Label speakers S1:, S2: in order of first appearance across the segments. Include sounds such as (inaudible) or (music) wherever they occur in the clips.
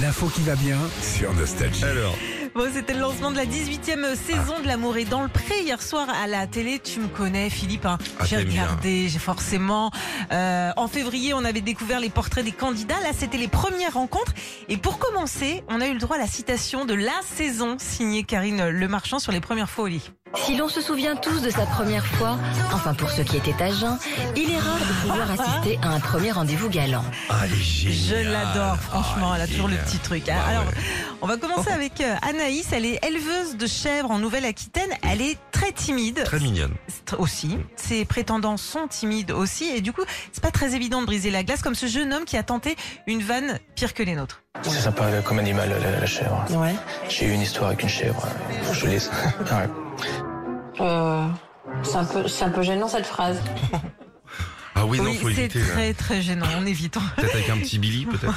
S1: L'info qui va bien sur Nostalgie.
S2: Alors,
S3: Bon, c'était le lancement de la 18e saison de L'amour est dans le pré hier soir à la télé. Tu me connais, Philippe. hein.
S2: Ah,
S3: j'ai
S2: t'aimes bien.
S3: regardé, j'ai forcément. Euh, en février, on avait découvert les portraits des candidats. Là, c'était les premières rencontres. Et pour commencer, on a eu le droit à la citation de la saison signée Karine Le Marchand sur les premières fois au lit.
S4: Si l'on se souvient tous de sa première fois, enfin pour ceux qui étaient à jeun, il est rare de pouvoir assister à un premier rendez-vous galant.
S2: ah, elle est
S3: Je
S2: géniale.
S3: l'adore, franchement.
S2: Ah,
S3: elle a toujours le
S2: géniale.
S3: petit truc. hein.
S2: Ah,
S3: Alors,
S2: ouais.
S3: on
S2: (laughs)
S3: va commencer avec euh, Anaïs. Elle est éleveuse de chèvres en Nouvelle-Aquitaine. Elle est très timide.
S2: Très mignonne.
S3: C'est tr- aussi. Ses prétendants sont timides aussi. Et du coup, c'est pas très évident de briser la glace comme ce jeune homme qui a tenté une vanne pire que les nôtres.
S5: C'est sympa là, comme animal, la, la chèvre. J'ai eu une histoire avec une chèvre. Je vous
S6: (laughs)
S5: laisse. Ouais.
S7: Euh, c'est un peu, c'est un peu gênant cette phrase.
S2: Ah oui, non,
S3: oui,
S2: faut
S3: c'est
S2: éviter. là.
S3: très très gênant. On évite. (laughs)
S2: Peut-être avec un petit Billy, (laughs) peut-être.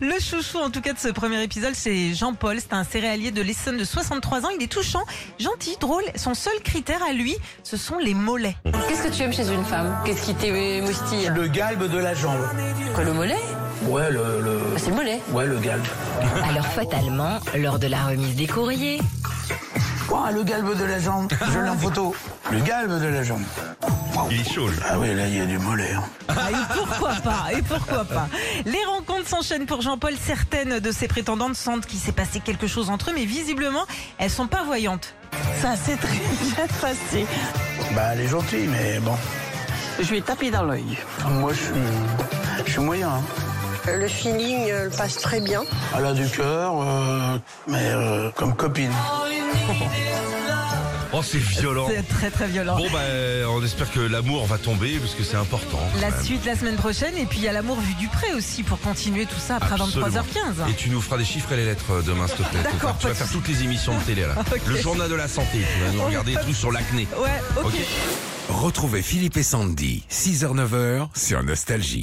S3: Le chouchou, en tout cas, de ce premier épisode, c'est Jean-Paul. C'est un céréalier de l'Essonne de 63 ans. Il est touchant, gentil, drôle. Son seul critère à lui, ce sont les mollets.
S7: Qu'est-ce que tu aimes chez une femme Qu'est-ce qui t'émoustille
S8: Le galbe de la jambe.
S7: Que le mollet
S8: Ouais, le, le-
S7: Bah, C'est le mollet.
S8: ouais, le galbe.
S4: Alors fatalement, lors de la remise des courriers,
S8: Oh, le galbe de la jambe.
S6: (laughs)
S8: Je l'ai en photo. Le galbe de la jambe.
S2: Il est chaud. lui.
S8: Ah oui, là, il y a du mollet. hein.
S3: Ah, et pourquoi pas Et pourquoi pas Les rencontres s'enchaînent pour Jean-Paul. Certaines de ses prétendantes sentent qu'il s'est passé quelque chose entre eux, mais visiblement, elles sont pas voyantes.
S6: Ça s'est très bien passé.
S8: Bah, elle est gentille, mais bon.
S6: Je lui ai tapé dans l'œil.
S8: Moi, je suis, je suis moyen. hein.
S9: Le feeling euh, passe très bien.
S8: Elle a du cœur, euh, mais euh, comme copine.
S2: Oh, c'est violent.
S3: C'est très très violent.
S2: Bon, bah, on espère que l'amour va tomber, parce que c'est important. quand
S3: La
S2: même.
S3: suite la semaine prochaine et puis il y a l'amour vu du près aussi pour continuer tout ça après
S2: Absolument.
S3: 23h15.
S2: Et tu nous feras les chiffres et les lettres euh, demain, s'il te plaît.
S3: D'accord,
S2: Tu vas faire- Tu
S3: pas
S2: vas
S3: de
S2: faire
S3: souci.
S2: toutes les émissions de télé, là.
S3: (laughs) Ok.
S2: Le journal de la santé. Tu vas nous
S3: On
S2: regarder
S3: (laughs) va-
S2: tout sur l'acné.
S3: Ouais, ok.
S2: Ok.
S1: Retrouvez Philippe et Sandy, 6h-9h sur Nostalgie.